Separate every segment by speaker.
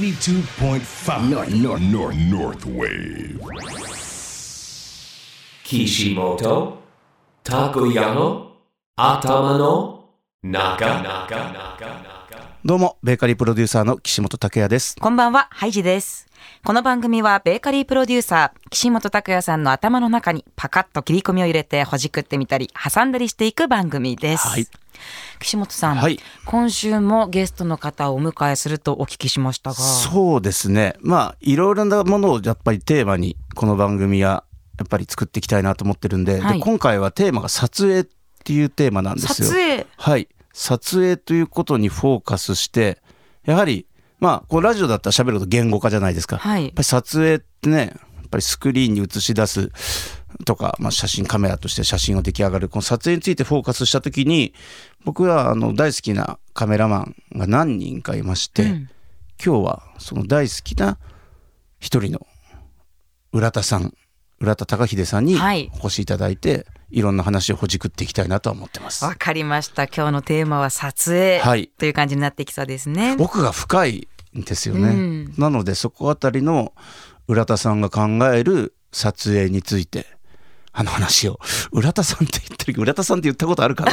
Speaker 1: 82.5 North, North, North, North Wave.
Speaker 2: 岸本たこやの頭の中
Speaker 3: どうも、ベーカリープロデューサーの岸本拓也です。
Speaker 4: こんばんは、ハイジです。この番組はベーカリープロデューサー、岸本拓也さんの頭の中にパカッと切り込みを入れてほじくってみたり、挟んだりしていく番組です。
Speaker 3: はい
Speaker 4: 岸本さん、
Speaker 3: はい
Speaker 4: 今週もゲストの方をお迎えするとお聞きしましたが、
Speaker 3: そうですね。まあ、いろいろなものをやっぱりテーマに、この番組はやっぱり作っていきたいなと思ってるんで、
Speaker 4: はい
Speaker 3: で今回はテーマが撮影っていうテーマなんですよ。
Speaker 4: 撮影、
Speaker 3: はい。撮影ということにフォーカスして、やはり、まあ、こうラジオだったら喋ること言語化じゃないですか。
Speaker 4: はい
Speaker 3: やっぱり撮影ってね、やっぱりスクリーンに映し出すとか、まあ、写真カメラとして写真を出来上がるこの撮影についてフォーカスした時に僕はあの大好きなカメラマンが何人かいまして、今日はその大好きな一人の浦田さん浦田隆秀さんに
Speaker 4: はい
Speaker 3: お越しいただいて、い、ろんな話をほじくっていきたいなとは思ってます。
Speaker 4: わかりました。今日のテーマは撮影、
Speaker 3: はい
Speaker 4: という感じになってきそうですね。
Speaker 3: 僕が深いんですよね、
Speaker 4: うん
Speaker 3: なのでそこあたりの浦田さんが考える撮影についてあの話を浦田さんって言ってる浦田さんって言ったことあ るかな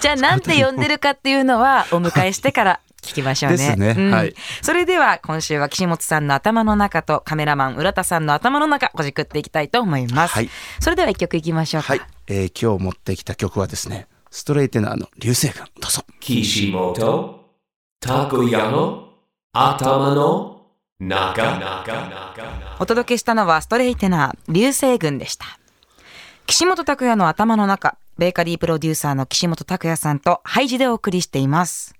Speaker 4: じゃあなんて呼んでるかっていうのはお迎えしてから聞きましょうね。
Speaker 3: ですね
Speaker 4: うん
Speaker 3: はい
Speaker 4: それでは今週は岸本さんの頭の中とカメラマン浦田さんの頭の中ほじくっていきたいと思います。
Speaker 3: はい
Speaker 4: それでは一曲いきましょうか。
Speaker 3: はい、えー今日持ってきた曲はですねストレイテナーの流星群どうぞ
Speaker 2: 岸本たこやの頭の中
Speaker 4: お届けしたのはストレイテナー流星群でした。岸本拓也の頭の中、ベーカリープロデューサーの岸本拓也さんとハイジでお送りしています。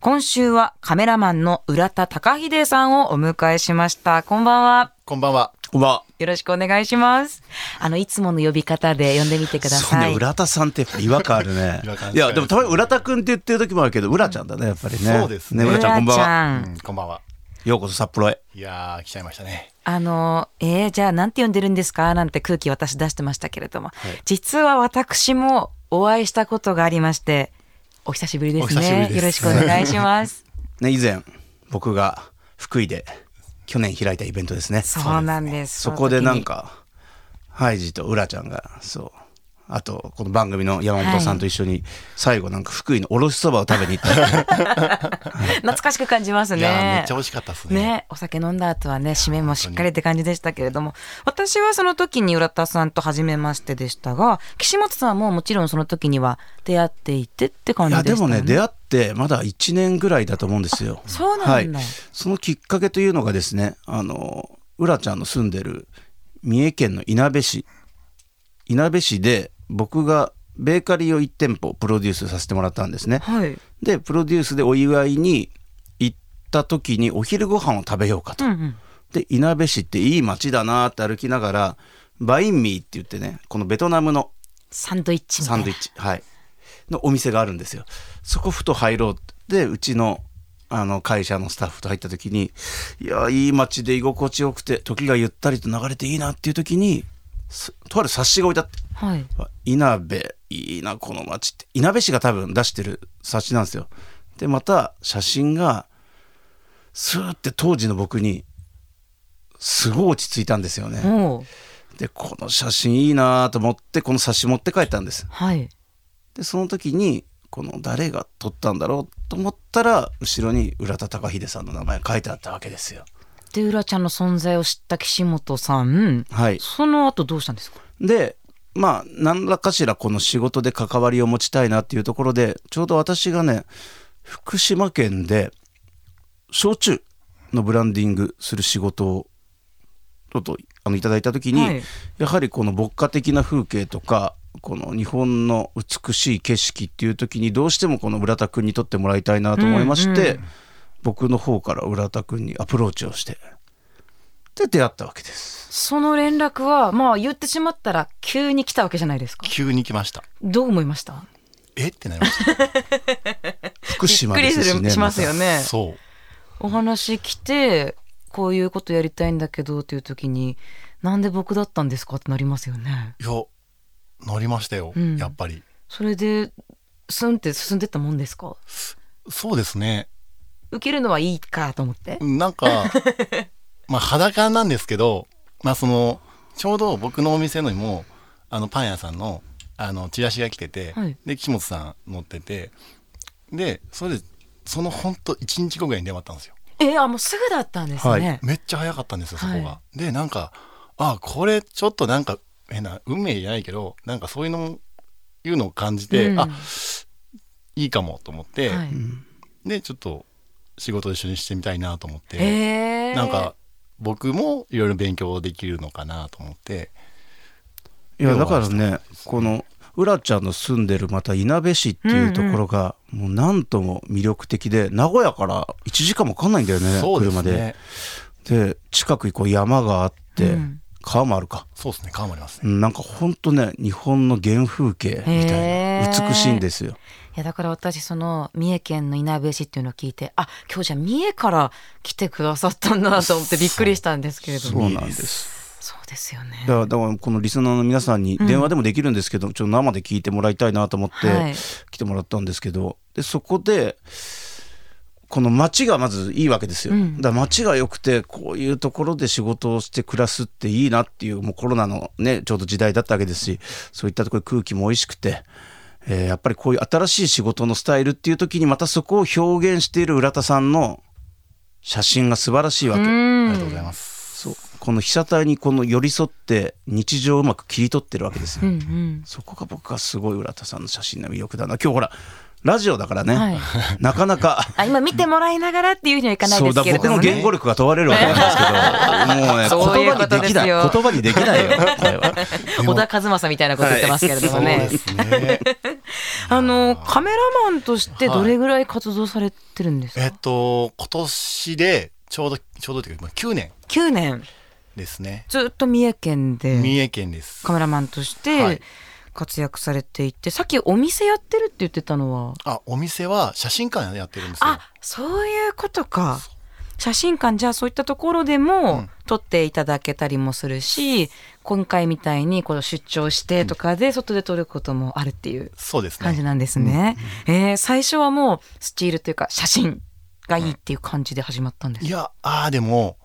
Speaker 4: 今週はカメラマンの浦田隆秀さんをお迎えしました。こんばんは。
Speaker 5: こんばんは。
Speaker 3: こんばんは
Speaker 4: よろしくお願いします。あのいつもの呼び方で呼んでみてくだ
Speaker 3: そう
Speaker 4: さ
Speaker 3: ね
Speaker 4: い。
Speaker 3: 浦田さんってやっぱ違和感あるね
Speaker 5: 違和感
Speaker 3: いやでもたまに浦田君って言ってる時もあるけど浦ちゃんだねやっぱりね
Speaker 5: そうですね
Speaker 3: 浦ちゃんこんばんは
Speaker 4: ん
Speaker 5: うん、こんばんは。
Speaker 3: ようこそ札幌へ
Speaker 5: いやー、来ちゃいましたね。
Speaker 4: あのえー、じゃあなんて呼んでるんですかなんて空気私出してましたけれども、実は私もお会いしたことがありましてお久しぶりです
Speaker 5: お久しぶ
Speaker 4: ね
Speaker 5: りです
Speaker 4: よろしくお願いします
Speaker 3: ね以前僕が福井で去年開いたイベントですね
Speaker 4: そうなんです
Speaker 3: そこでなん
Speaker 4: か
Speaker 3: かハイジとウラちゃんがそうあとこの番組の山本さんと一緒に最後なんか福井のおろしそばを食べに行っ た、
Speaker 4: 懐かしく感じます
Speaker 5: いやー、め
Speaker 4: ね
Speaker 5: っちゃ美味しかったですね。
Speaker 4: ね、お酒飲んだ後はね締めもしっかりって感じでしたけれども私はその時に浦田さんと初めましてでしたが岸本さんはもうもちろんその時には出会っていてって感
Speaker 3: い
Speaker 4: じ
Speaker 3: や
Speaker 4: で
Speaker 3: で
Speaker 4: した
Speaker 3: も
Speaker 4: よ
Speaker 3: ね出会ってまだ1年ぐらいだと思うんですよ
Speaker 4: そうなんだ
Speaker 3: はい、そのきっかけというのがですねあのウラちゃんの住んでる三重県のいなべ市いなべ市で僕がベーカリーを1店舗プロデュースさせてもらったんですね、
Speaker 4: はい
Speaker 3: でプロデュースでお祝いに行った時にお昼ご飯を食べようかと、
Speaker 4: うんうん
Speaker 3: でいなべ市っていい街だなって歩きながらバインミーって言ってねこのベトナムの
Speaker 4: サンドイッチみた
Speaker 3: サン
Speaker 4: いな
Speaker 3: ドイッチ、はい、のお店があるんですよそこふと入ろうでうちのあの会社のスタッフと入った時にいやいい街で居心地よくて時がゆったりと流れていいなっていう時にすとある冊子が置いてあって
Speaker 4: はい
Speaker 3: いなべいいなこの町っていなべ市が多分出してる冊子なんですよでまた写真がスーって当時の僕にすごい落ち着いたんですよね
Speaker 4: おう
Speaker 3: でこの写真いいなと思ってこの冊子持って帰ったんです
Speaker 4: はい
Speaker 3: でその時にこの誰が撮ったんだろうと思ったら後ろに浦田隆秀さんの名前が書いてあったわけですよ
Speaker 4: で浦ちゃんの存在を知った岸本さん
Speaker 3: はい
Speaker 4: その後どうしたんですか
Speaker 3: でまあ何らかしらこの仕事で関わりを持ちたいなっていうところでちょうど私がね福島県で焼酎のブランディングする仕事をちょっとあのいただいた時に、
Speaker 4: はい
Speaker 3: やはりこの牧歌的な風景とかこの日本の美しい景色っていう時にどうしてもこの浦田君に撮ってもらいたいなと思いまして、僕の方から浦田君にアプローチをしてで出会ったわけです。
Speaker 4: その連絡はまあ言ってしまったら急に来たわけじゃないですか
Speaker 5: 急に来ました。
Speaker 4: どう思いました
Speaker 5: えってなりまし
Speaker 3: 福
Speaker 4: びっ
Speaker 3: 島
Speaker 4: く
Speaker 3: で
Speaker 4: り
Speaker 3: すし
Speaker 4: す
Speaker 3: ね
Speaker 4: るしますよ
Speaker 5: た。
Speaker 4: ね
Speaker 5: そう。
Speaker 4: お話来てこういうことやりたいんだけどっていう時になんで僕だったんですかってなりますよね
Speaker 5: いや、乗りましたよ、
Speaker 4: うん
Speaker 5: やっぱり。
Speaker 4: それでスンって進んでったもんですか
Speaker 5: そうですね。
Speaker 4: 受けるのはいいかと思って。
Speaker 5: なんか、 まあ裸なんですけど、まあその、ちょうど僕のお店のにも、あのパン屋さんの、あの、チラシが来てて、
Speaker 4: はい
Speaker 5: で、岸本さん乗ってて、で、それで、そのほんと1日後ぐらいに出回ったんですよ。
Speaker 4: えあもうすぐだったんですね。
Speaker 3: はい
Speaker 5: めっちゃ早かったんですよ、そこが。
Speaker 4: は
Speaker 5: で、なんか、あ、これちょっとなんか、変な、運命じゃないけど、なんかそういうの、いうのを感じて、
Speaker 4: うん
Speaker 5: あ、いいかもと思って、
Speaker 4: はい
Speaker 5: で、ちょっと仕事一緒にしてみたいなと思って。
Speaker 4: えー
Speaker 5: なんか僕もいろいろ勉強できるのかなと思って
Speaker 3: いやだからねこのうらちゃんの住んでるまたいなべ市っていうところが、もうなんとも魅力的で名古屋から1時間もかかんないんだよね
Speaker 5: そうです
Speaker 3: 車で
Speaker 5: ね
Speaker 3: で近くにこう山があって、
Speaker 4: うん
Speaker 3: 川もあるか
Speaker 5: そうですね頑張りますね
Speaker 3: うんなんかほんとね日本の原風景みたい
Speaker 4: へー
Speaker 3: な美しいんですよ
Speaker 4: いやだから私その三重県のいなべ市っていうのを聞いてあ今日じゃあ三重から来てくださったんだなと思ってびっくりしたんですけれど
Speaker 3: そ
Speaker 4: も
Speaker 3: うなんです
Speaker 4: そうですよね
Speaker 3: だからだからこのリスナーの皆さんに電話でもできるんですけど、ちょっと生で聞いてもらいたいなと思って、
Speaker 4: はい
Speaker 3: 来てもらったんですけどでそこでこの街がまずいいわけですよ、
Speaker 4: うん
Speaker 3: だから街が良くてこういうところで仕事をして暮らすっていいなっていうもうコロナのねちょうど時代だったわけですしそういったところで空気も美味しくて、えーやっぱりこういう新しい仕事のスタイルっていう時にまたそこを表現している浦田さんの写真が素晴らしいわけ、
Speaker 5: ありがとうございます
Speaker 3: そうこの被写体にこの寄り添って日常をうまく切り取ってるわけです よ、
Speaker 4: うんうん
Speaker 3: そこが僕がすごい浦田さんの写真の魅力だな今日ほらラジオだからね、
Speaker 4: はい
Speaker 3: なかなか
Speaker 4: あ今見てもらいながらっていうふうにはいかな い
Speaker 3: そ
Speaker 4: で
Speaker 3: う
Speaker 4: す
Speaker 3: だ
Speaker 4: けれ
Speaker 3: 僕
Speaker 4: ど
Speaker 3: の
Speaker 4: も、ね、
Speaker 3: 言語力が問われるわけなんですけどもう
Speaker 4: そう
Speaker 3: ね
Speaker 4: いう
Speaker 3: 言葉にできない
Speaker 4: ことですよ
Speaker 3: 言葉にできないよ これは
Speaker 4: 小田和正みたいなこと言ってますけれどもね、
Speaker 5: そうですね
Speaker 4: あのカメラマンとしてどれぐらい活動されてるんですか、
Speaker 5: えっと今年でちょうどちょうどというかまあ9年
Speaker 4: 9年
Speaker 5: ですね
Speaker 4: ずっと三重県で
Speaker 5: 三重県です
Speaker 4: カメラマンとし
Speaker 5: は
Speaker 4: て
Speaker 5: い
Speaker 4: 活躍されていて、さっきお店やってるって言ってたのは
Speaker 5: あお店は写真館やってるんですよ
Speaker 4: あそういうことか写真館じゃあそういったところでも撮っていただけたりもするし、今回みたいにこの出張してとかで外で撮ることもあるっていう
Speaker 5: そうです
Speaker 4: 感じ
Speaker 5: ね
Speaker 4: なんですね、えー最初はもうスチールというか写真がいいっていう感じで始まったんです、
Speaker 5: いやあーでも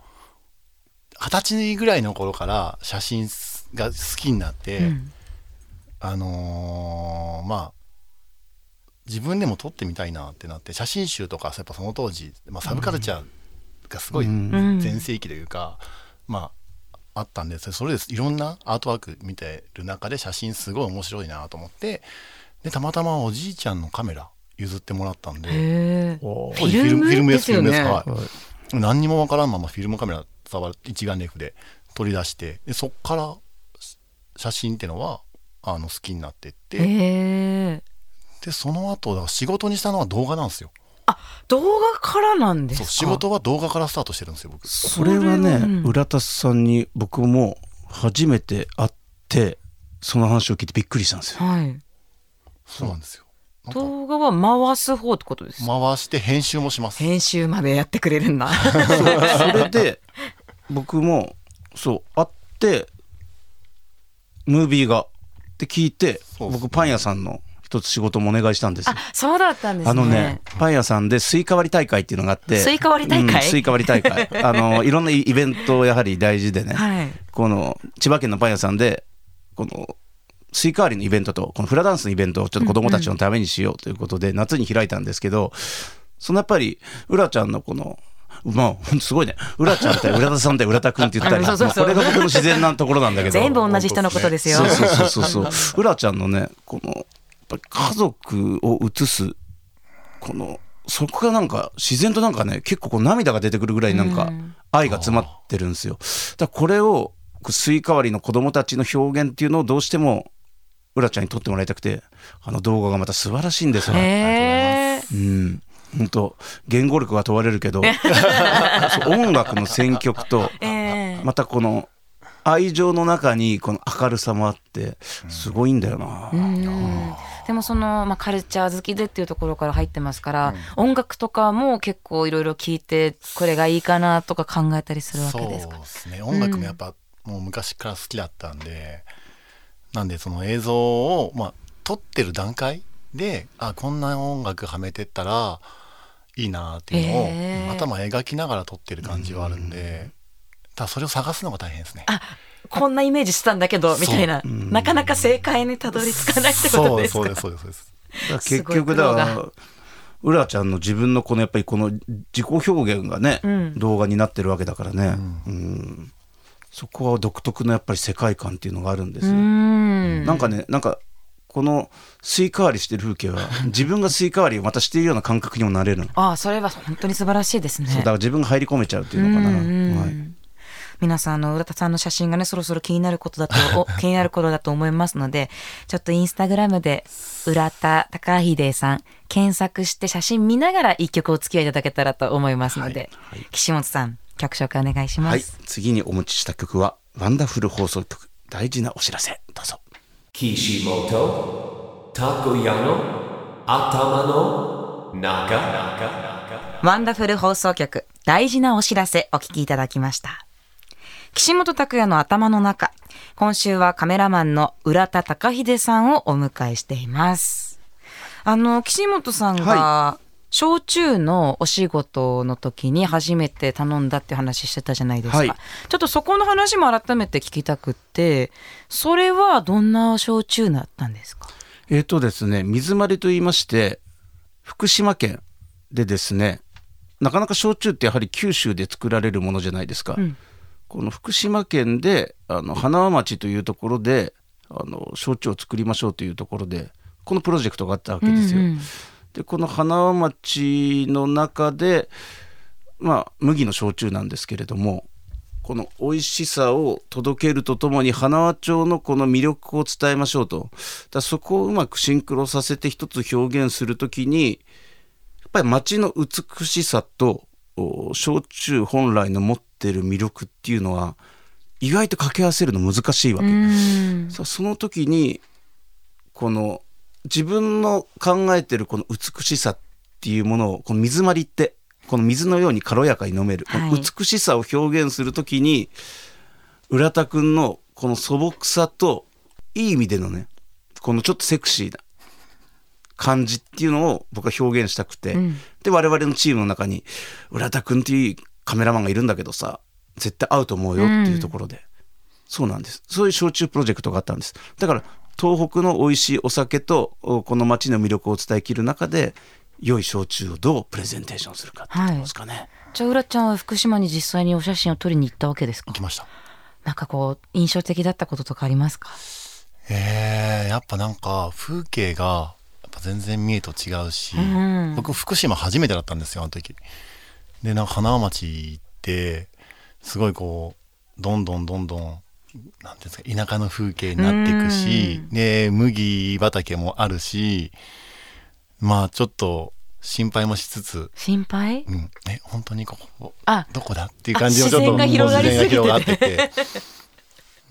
Speaker 5: 二十歳ぐらいの頃から写真が好きになって、
Speaker 4: うん
Speaker 5: あのーまあ自分でも撮ってみたいなってなって写真集とかやっぱその当時、まあ、サブカルチャーがすごい
Speaker 4: ん
Speaker 5: 全盛期というか、まああったんですそれですいろんなアートワーク見てる中で写真すごい面白いなと思ってでたまたまおじいちゃんのカメラ譲ってもらったんで
Speaker 4: へえ
Speaker 5: 当
Speaker 4: フ
Speaker 5: 時
Speaker 4: ィルムですよね
Speaker 5: フィルムですはい何にもわからんままフィルムカメラ触る一眼レフで取り出してでそっから写真ってのはあの好きになってって、
Speaker 4: へえ
Speaker 5: でその後だから仕事にしたのは動画なんですよ
Speaker 4: 動画からなんです
Speaker 5: そう
Speaker 4: か
Speaker 5: 仕事は動画からスタートしてるんですよ僕
Speaker 3: それはね、
Speaker 4: うん
Speaker 3: 浦田さんに僕も初めて会ってその話を聞いてびっくりしたんですよ
Speaker 4: はい
Speaker 5: そうなんですよなんか
Speaker 4: 動画は回す方ってことですか
Speaker 5: 回して編集もします
Speaker 4: 編集までやってくれる んだ
Speaker 3: それで僕もそう会ってムービーがって聞い
Speaker 5: そう
Speaker 3: て、
Speaker 5: ですね
Speaker 3: 僕パン屋さんの一つ仕事もお願いしたんですよ
Speaker 4: そうだったんですね
Speaker 3: あのね、パン屋さんでスイカ割り大会っていうのがあって、
Speaker 4: スイカ割り大会
Speaker 3: うんスイカ割り大会。あの、いろんなイベントやはり大事でね、
Speaker 4: はい
Speaker 3: この千葉県のパン屋さんで、この、スイカ割りのイベントと、このフラダンスのイベントをちょっと子供たちのためにしようということで、夏に開いたんですけど、そのやっぱり、うらちゃんのこの、まあ、ほんとすごいね。うらちゃん対浦田さん対浦田くんって言った
Speaker 4: あ
Speaker 3: ら、
Speaker 4: そうそうそう
Speaker 3: もこれが僕の自然なところなんだけど。
Speaker 4: 全部同じ人のことですよ
Speaker 3: そうそうそう そうそう。うらちゃんのね、この、やっぱり家族を映す、この、そこがなんか自然となんかね、結構こう涙が出てくるぐらいなん
Speaker 4: う
Speaker 3: か
Speaker 4: ん
Speaker 3: 愛が詰まってるんですよ。だからこれを、こうスイカ割りの子供たちの表現っていうのをどうしても、うらちゃんに撮ってもらいたくて、あの動画がまた素晴らしいんですよ。
Speaker 4: へえ
Speaker 3: うん。本当言語力が問われるけ どそう音楽の選曲と
Speaker 4: ええ
Speaker 3: またこの愛情の中にこの明るさもあってすごいんだよな、
Speaker 4: うんでもその、まあ、カルチャー好きでっていうところから入ってますから、音楽とかも結構いろいろ聞いてこれがいいかなとか考えたりするわ
Speaker 5: そ
Speaker 4: け
Speaker 5: う
Speaker 4: で
Speaker 5: です
Speaker 4: か
Speaker 5: すね音楽もやっぱ、もう昔から好きだったんでなんでその映像を、まあ、撮ってる段階であこんな音楽はめてったらいいなっていうのを、
Speaker 4: へー
Speaker 5: 頭描きながら撮ってる感じはあるんで、ただそれを探すのが大変ですね。
Speaker 4: こんなイメージしたんだけどみたいななかなか正解にたどり着かないってことですか
Speaker 5: そうですそうですそうです
Speaker 3: だから
Speaker 4: す
Speaker 3: 結
Speaker 4: ごい
Speaker 3: 局
Speaker 4: 苦労
Speaker 3: だ
Speaker 4: が
Speaker 3: からうらちゃんの自分のこのやっぱりこの自己表現がね、動画になってるわけだからね、うんそこは独特のやっぱり世界観っていうのがあるんですよ。
Speaker 4: うん
Speaker 3: なんかねなんかこのスイカ割りしてる風景は 自分がスイカ割りをまたしているような感覚にもなれるの、
Speaker 4: ああそれは本当に素晴らしいですね
Speaker 3: そうだから自分が入り込めちゃうっていうのかな。はい
Speaker 4: 皆さんあの浦田さんの写真がねそろそろ気になることだとお気になる頃だと思いますのでちょっとインスタグラムで浦田高秀さん検索して写真見ながら一曲お付き合いいただけたらと思いますので、岸本さん曲紹介お願いします、
Speaker 3: はい、次にお持ちした曲はワンダフル放送局大事なお知らせどうぞ
Speaker 2: 岸本拓也の頭の中
Speaker 4: ワンダフル放送局大事なお知らせお聞きいただきました岸本拓也の頭の中今週はカメラマンの浦田貴秀さんをお迎えしていますあの岸本さんが焼酎のお仕事の時に初めて頼んだって話してたじゃないですか、
Speaker 3: はい
Speaker 4: ちょっとそこの話も改めて聞きたくってそれはどんな焼酎だったんですか
Speaker 3: えっ、とですね水まりと言いまして福島県でですねなかなか焼酎ってやはり九州で作られるものじゃないですか、この福島県であの花輪町というところであの焼酎を作りましょうというところでこのプロジェクトがあったわけですよ。でこの花輪町の中で、まあ、麦の焼酎なんですけれどもこの美味しさを届けるとともに花輪町のこの魅力を伝えましょうとだからそこをうまくシンクロさせて一つ表現するときにやっぱり町の美しさとお焼酎本来の持ってる魅力っていうのは意外と掛け合わせるの難しいわけ。さあその時にこの自分の考えてるこの美しさっていうものをこの水まりってこの水のように軽やかに飲める、
Speaker 4: はい
Speaker 3: この美しさを表現する時に浦田くんのこの素朴さといい意味でのねこのちょっとセクシーな感じっていうのを僕は表現したくて、で我々のチームの中に浦田くんっていうカメラマンがいるんだけどさ絶対合うと思うよっていうところで。そうなんです。そういう焼酎プロジェクトがあったんです。だから東北の美味しいお酒とおこの町の魅力を伝えきる中で良い焼酎をどうプレゼンテーションするかってことですかね。
Speaker 4: じゃあ浦ちゃんは福島に実際にお写真を撮りに行ったわけですか
Speaker 5: 行きました
Speaker 4: なんかこう印象的だったこととかありますか
Speaker 5: えー、やっぱなんか風景がやっぱ全然三重と違うし、僕福島初めてだったんですよあの時でなんか花輪町行ってすごいこうどんどんどんどんなんていうんですか田舎の風景になっていくしで麦畑もあるしまあちょっと心配もしつつ、
Speaker 4: 心配
Speaker 5: うん、え本当にここ
Speaker 4: あ
Speaker 5: どこだっていう感じのちょっと
Speaker 4: あ自然が広がりすぎて
Speaker 5: もう自然が広がってて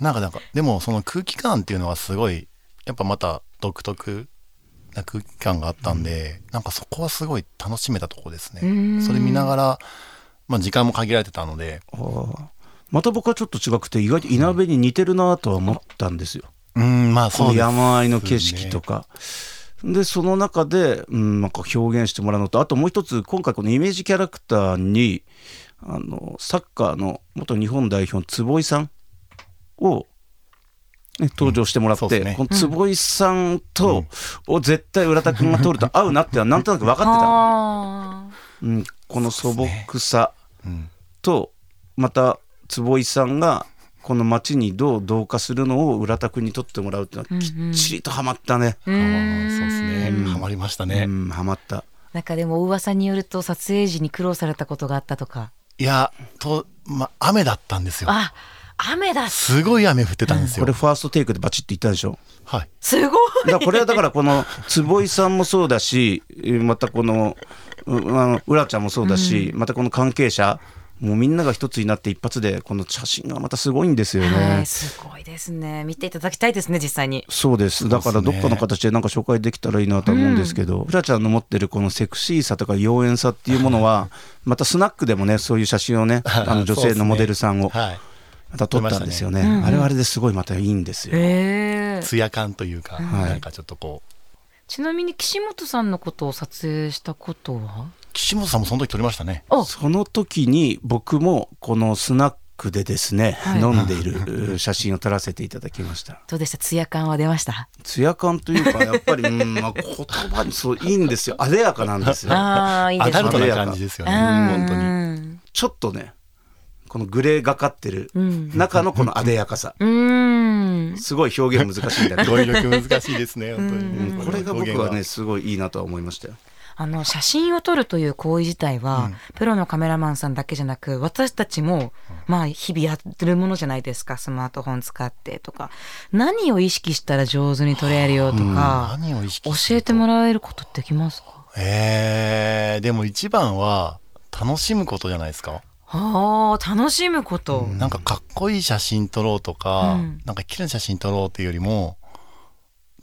Speaker 5: なんかなんかでもその空気感っていうのはすごいやっぱまた独特な空気感があったんで、なんかそこはすごい楽しめたとこですねそれ見ながら、まあ、時間も限られてたので
Speaker 3: ああまた僕はちょっと違くて意外と稲辺に似てるなとは思ったんですよ。
Speaker 5: うんまあ
Speaker 3: こ
Speaker 5: そう
Speaker 3: の
Speaker 5: です
Speaker 3: 山あいの景色とか。でその中で、うん、なんか表現してもらうのとあともう一つ今回このイメージキャラクターにあのサッカーの元日本代表の坪井さんを、ね、登場してもらって、
Speaker 5: うんそうですね
Speaker 3: この坪井さんと、を絶対浦田君が取ると合うなってのはなんとなく分かってたの。
Speaker 4: あ
Speaker 3: うん、この素朴さ
Speaker 5: うん
Speaker 3: と、また坪井さんがこの町にどう同化するのを浦田君に取ってもらうっていうのはきっちりとはまったね。
Speaker 5: あーそうですねハマりましたね、
Speaker 3: うん、はまった。
Speaker 4: なんかでも噂によると撮影時に苦労されたことがあったとか
Speaker 5: いやと、まあ、雨だったんですよ
Speaker 4: あ雨だす
Speaker 5: すごい雨降ってたんです
Speaker 3: こ
Speaker 5: よ、
Speaker 3: れファーストテイクでバチッと言ったでしょ。
Speaker 5: はい
Speaker 4: ご
Speaker 3: だからこれはだからこの坪井さんもそうだし、えーまたこのうあの浦ちゃんもそうだし、またこの関係者もうみんなが一つになって一発でこの写真がまたすごいんですよ
Speaker 4: い、は
Speaker 3: ね
Speaker 4: い、。すごいですね見ていただきたいですね実際に
Speaker 3: そうですだからどっかの形でなんか紹介できたらいいなと思うんですけど、浦ちゃんの持ってるこのセクシーさとか妖艶さっていうものはまたスナックでもねそういう写真をねあの女性のモデルさんを
Speaker 5: はい
Speaker 3: また撮ったんですよねあれはあれですごいまたいいんですよ。
Speaker 4: ええ
Speaker 5: ツヤ感というか、
Speaker 3: い
Speaker 5: なんかちょっとこう
Speaker 4: ちなみに岸本さんのことを撮影したことは
Speaker 5: 岸本さんもその時撮りましたね
Speaker 4: お
Speaker 3: その時に僕もこのスナックでですね、
Speaker 4: はい
Speaker 3: 飲んでいる写真を撮らせていただきました
Speaker 4: どうでしたツヤ感は出ました
Speaker 3: ツヤ感というかやっぱり、 うんまあ、言葉にそういいんですよ艶やかなんですよ
Speaker 4: ああいい
Speaker 5: ア
Speaker 4: です
Speaker 5: ダ
Speaker 4: ね
Speaker 5: ルトな感じですよね本当に
Speaker 4: に
Speaker 3: ちょっとねこのグレーがかってる
Speaker 4: うん
Speaker 3: 中のこの艶やかさ
Speaker 4: うん
Speaker 3: すごい表現難しいんだ けど
Speaker 5: 語彙力難しいですね本当に
Speaker 3: これが僕はねすごいいいなとは思いましたよ
Speaker 4: あの写真を撮るという行為自体は、プロのカメラマンさんだけじゃなく私たちも、まあ、日々やってるものじゃないですかスマートフォン使ってとか何を意識したら上手に撮れるよとか、
Speaker 5: 何を意識
Speaker 4: 教えてもらえることってできますか
Speaker 5: えー、でも一番は楽しむことじゃないですか、
Speaker 4: あー楽しむこと、
Speaker 5: なんかかっこいい写真撮ろうとか、
Speaker 4: うん
Speaker 5: なんか綺麗な写真撮ろうっていうよりも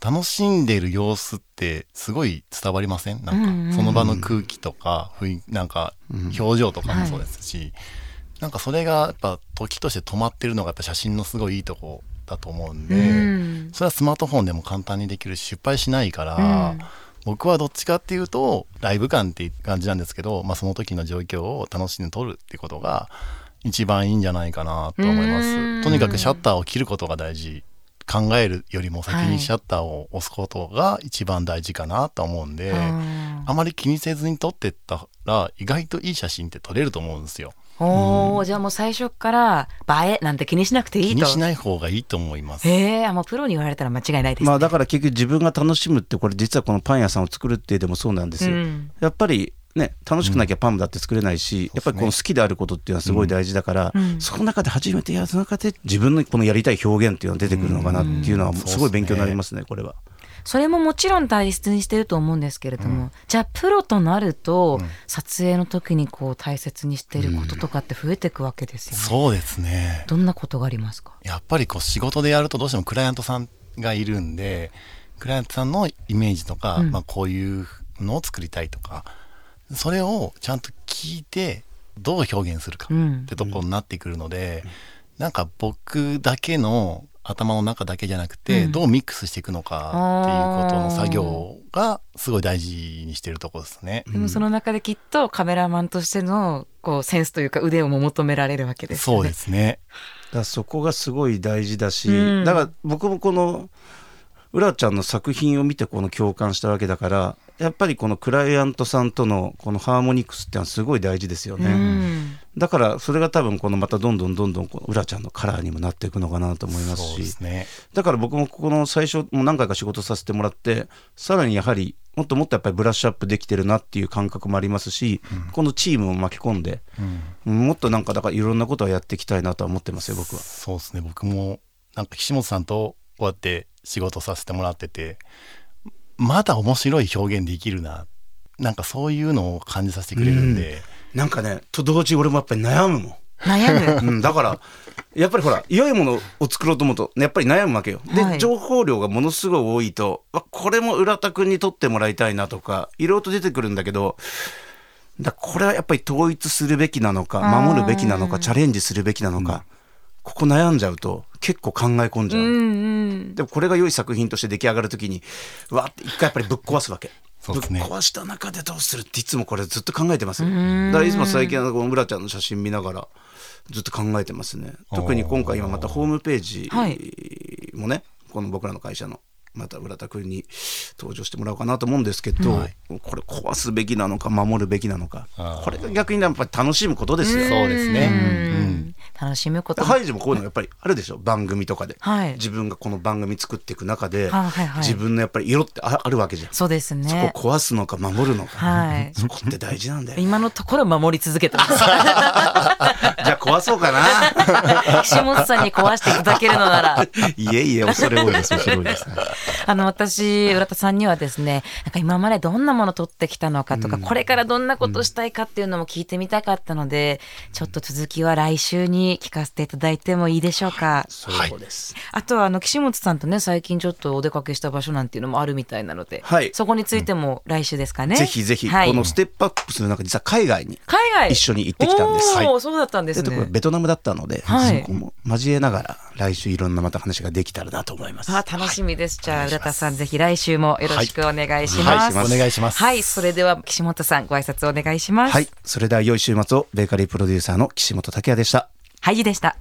Speaker 5: 楽しんでる様子ってすごい伝わりませんなんか、
Speaker 4: うんうん
Speaker 5: その場の空気とか雰囲なんか表情とかもそうですし、なんかそれがやっぱ時として止まってるのがやっぱ写真のすごいいいとこだと思うんで、
Speaker 4: うん
Speaker 5: それはスマートフォンでも簡単にできるし失敗しないから、
Speaker 4: うん
Speaker 5: 僕はどっちかっていうとライブ感っていう感じなんですけど、まあ、その時の状況を楽しんで撮るってことが一番いいんじゃないかなと思いま
Speaker 4: うん
Speaker 5: すとにかくシャッターを切ることが大事考えるよりも先
Speaker 4: は
Speaker 5: に
Speaker 4: い
Speaker 5: シャッターを押すことが一番大事かなと思うんで、
Speaker 4: あ
Speaker 5: あまり気にせずに撮ってったら意外といい写真って撮れると思うんですよ
Speaker 4: ーおーじゃあもう最初から「映え」なんて気にしなくてい
Speaker 5: 気
Speaker 4: いと
Speaker 5: にしない方がいいと思います
Speaker 4: へえあもうプロに言われたら間違いないです、
Speaker 3: まあだから結局自分が楽しむってこれ実はこのパン屋さんを作るってでもそうなんですよ、
Speaker 4: うん
Speaker 3: やっぱりね楽しくなきゃパンだって作れないし、やっぱりこの好きであることっていうのはすごい大事だから、
Speaker 4: うん
Speaker 3: その中で初めてやる中で自分のこのやりたい表現っていうのが出てくるのかなっていうのは
Speaker 5: うん
Speaker 3: すごい勉強になりますねこれは。
Speaker 4: それももちろん大切にしてると思うんですけれども、じゃあプロとなると、撮影の時にこう大切にしてることとかって増えていくわけですよね。
Speaker 5: そうですね
Speaker 4: どんなことがありますか
Speaker 5: やっぱりこう仕事でやるとどうしてもクライアントさんがいるんでクライアントさんのイメージとか、
Speaker 4: うん
Speaker 5: まあ、こういうのを作りたいとかそれをちゃんと聞いてどう表現するか
Speaker 4: うん
Speaker 5: ってとこになってくるので、なんか僕だけの頭の中だけじゃなくて、
Speaker 4: うん
Speaker 5: どうミックスしていくのかっていうことの作業がすごい大事にしてるとこですね。
Speaker 4: でもその中できっとカメラマンとしてのこうセンスというか腕をも求められるわけです
Speaker 5: そ
Speaker 4: よ
Speaker 5: うで
Speaker 4: ね。
Speaker 5: すね。
Speaker 3: だからそこがすごい大事だし、
Speaker 4: うん
Speaker 3: だから僕もこの浦ちゃんの作品を見てこの共感したわけだからやっぱりこのクライアントさんとのこのハーモニクスってのはすごい大事ですよね、
Speaker 4: うん
Speaker 3: だからそれが多分このまたどんどんどんどんこの浦ちゃんのカラーにもなっていくのかなと思います
Speaker 5: そうで
Speaker 3: し
Speaker 5: すね。
Speaker 3: だから僕もここの最初もう何回か仕事させてもらってさらにやはりもっともっとやっぱりブラッシュアップできてるなっていう感覚もありますし、このチームを巻き込んで
Speaker 5: うん
Speaker 3: もっとなんかだからいろんなことはやっていきたいなとは思ってますよ僕は。
Speaker 5: そうですね僕もなんか岸本さんとこうやって仕事させてもらっててまだ面白い表現できるななんかそういうのを感じさせてくれるんで、
Speaker 3: なんかねと同時に俺もやっぱり悩むもん。
Speaker 4: 悩む
Speaker 3: うん、だからやっぱりほら良いものを作ろうと思うと、ね、やっぱり悩むわけよ。で、
Speaker 4: はい
Speaker 3: 情報量がものすごい多いとわこれも浦田君に取ってもらいたいなとかいろいろと出てくるんだけどだこれはやっぱり統一するべきなのか
Speaker 4: あー
Speaker 3: 守るべきなのかチャレンジするべきなのか、ここ悩んじゃうと結構考え込んじゃう。
Speaker 4: うんうん
Speaker 3: でもこれが良い作品として出来上がるときにうわって一回やっぱりぶっ壊すわけ。
Speaker 5: そうですね
Speaker 3: ぶっ壊した中でどうするっていつもこれずっと考えてますよだからいつも最近のこの村ちゃんの写真見ながらずっと考えてますね特に今回今またホームペー
Speaker 4: は
Speaker 3: ジもね、この僕らの会社のまた浦田君に登場してもらおうかなと思うんですけど、
Speaker 5: はい
Speaker 3: これ壊すべきなのか守るべきなのか
Speaker 5: あー
Speaker 3: これが逆にやっぱり楽しむことですよ。
Speaker 5: そうですね、
Speaker 4: う
Speaker 5: うん
Speaker 4: ん楽しむことも
Speaker 3: ハイジもこういうのやっぱりあるでしょ番組とかで、
Speaker 4: はい
Speaker 3: 自分がこの番組作っていく中で、
Speaker 4: はいはいはい
Speaker 3: 自分のやっぱり色ってああるわけじゃん、
Speaker 4: そうですね。
Speaker 3: そこ壊すのか守るのか、
Speaker 4: はい
Speaker 3: そこって大事なんだよ
Speaker 4: 今のところ守り続けてます。
Speaker 3: じゃあ壊そうかな
Speaker 4: 岸本さんに壊していただけるのなら。
Speaker 3: いえいえ恐れ多いです恐れ多いです、
Speaker 4: あの私浦田さんにはですねなんか今までどんなもの撮ってきたのかとか、これからどんなことしたいかっていうのも聞いてみたかったので、ちょっと続きは来週に聞かせていただいてもいいでしょうか。
Speaker 3: そうです、
Speaker 4: あとはあの岸本さんとね最近ちょっとお出かけした場所なんていうのもあるみたいなので、
Speaker 3: はい
Speaker 4: そこについても来週ですかね。
Speaker 3: ぜひぜひ、
Speaker 4: はい
Speaker 3: このステップアップする中実は海外に
Speaker 4: 海外
Speaker 3: 一緒に行ってきたんです
Speaker 4: おー
Speaker 3: は
Speaker 4: そうだったんでです
Speaker 3: ところ
Speaker 4: ね
Speaker 3: が。ベトナムだったので、
Speaker 4: はい
Speaker 3: そこも交えながら来週いろんなまた話ができたらなと思います。
Speaker 4: あ楽しみです。じゃあ、浦田さん、ぜひ来週もよろしくお願いし
Speaker 5: は
Speaker 4: ま
Speaker 5: い
Speaker 4: す。
Speaker 5: お願いします
Speaker 4: はい、それでは岸本さん、ご挨拶お願いします。
Speaker 3: はい、それでは良い週末をベーカリープロデューサーの岸本拓也でした。
Speaker 4: ハイジでした。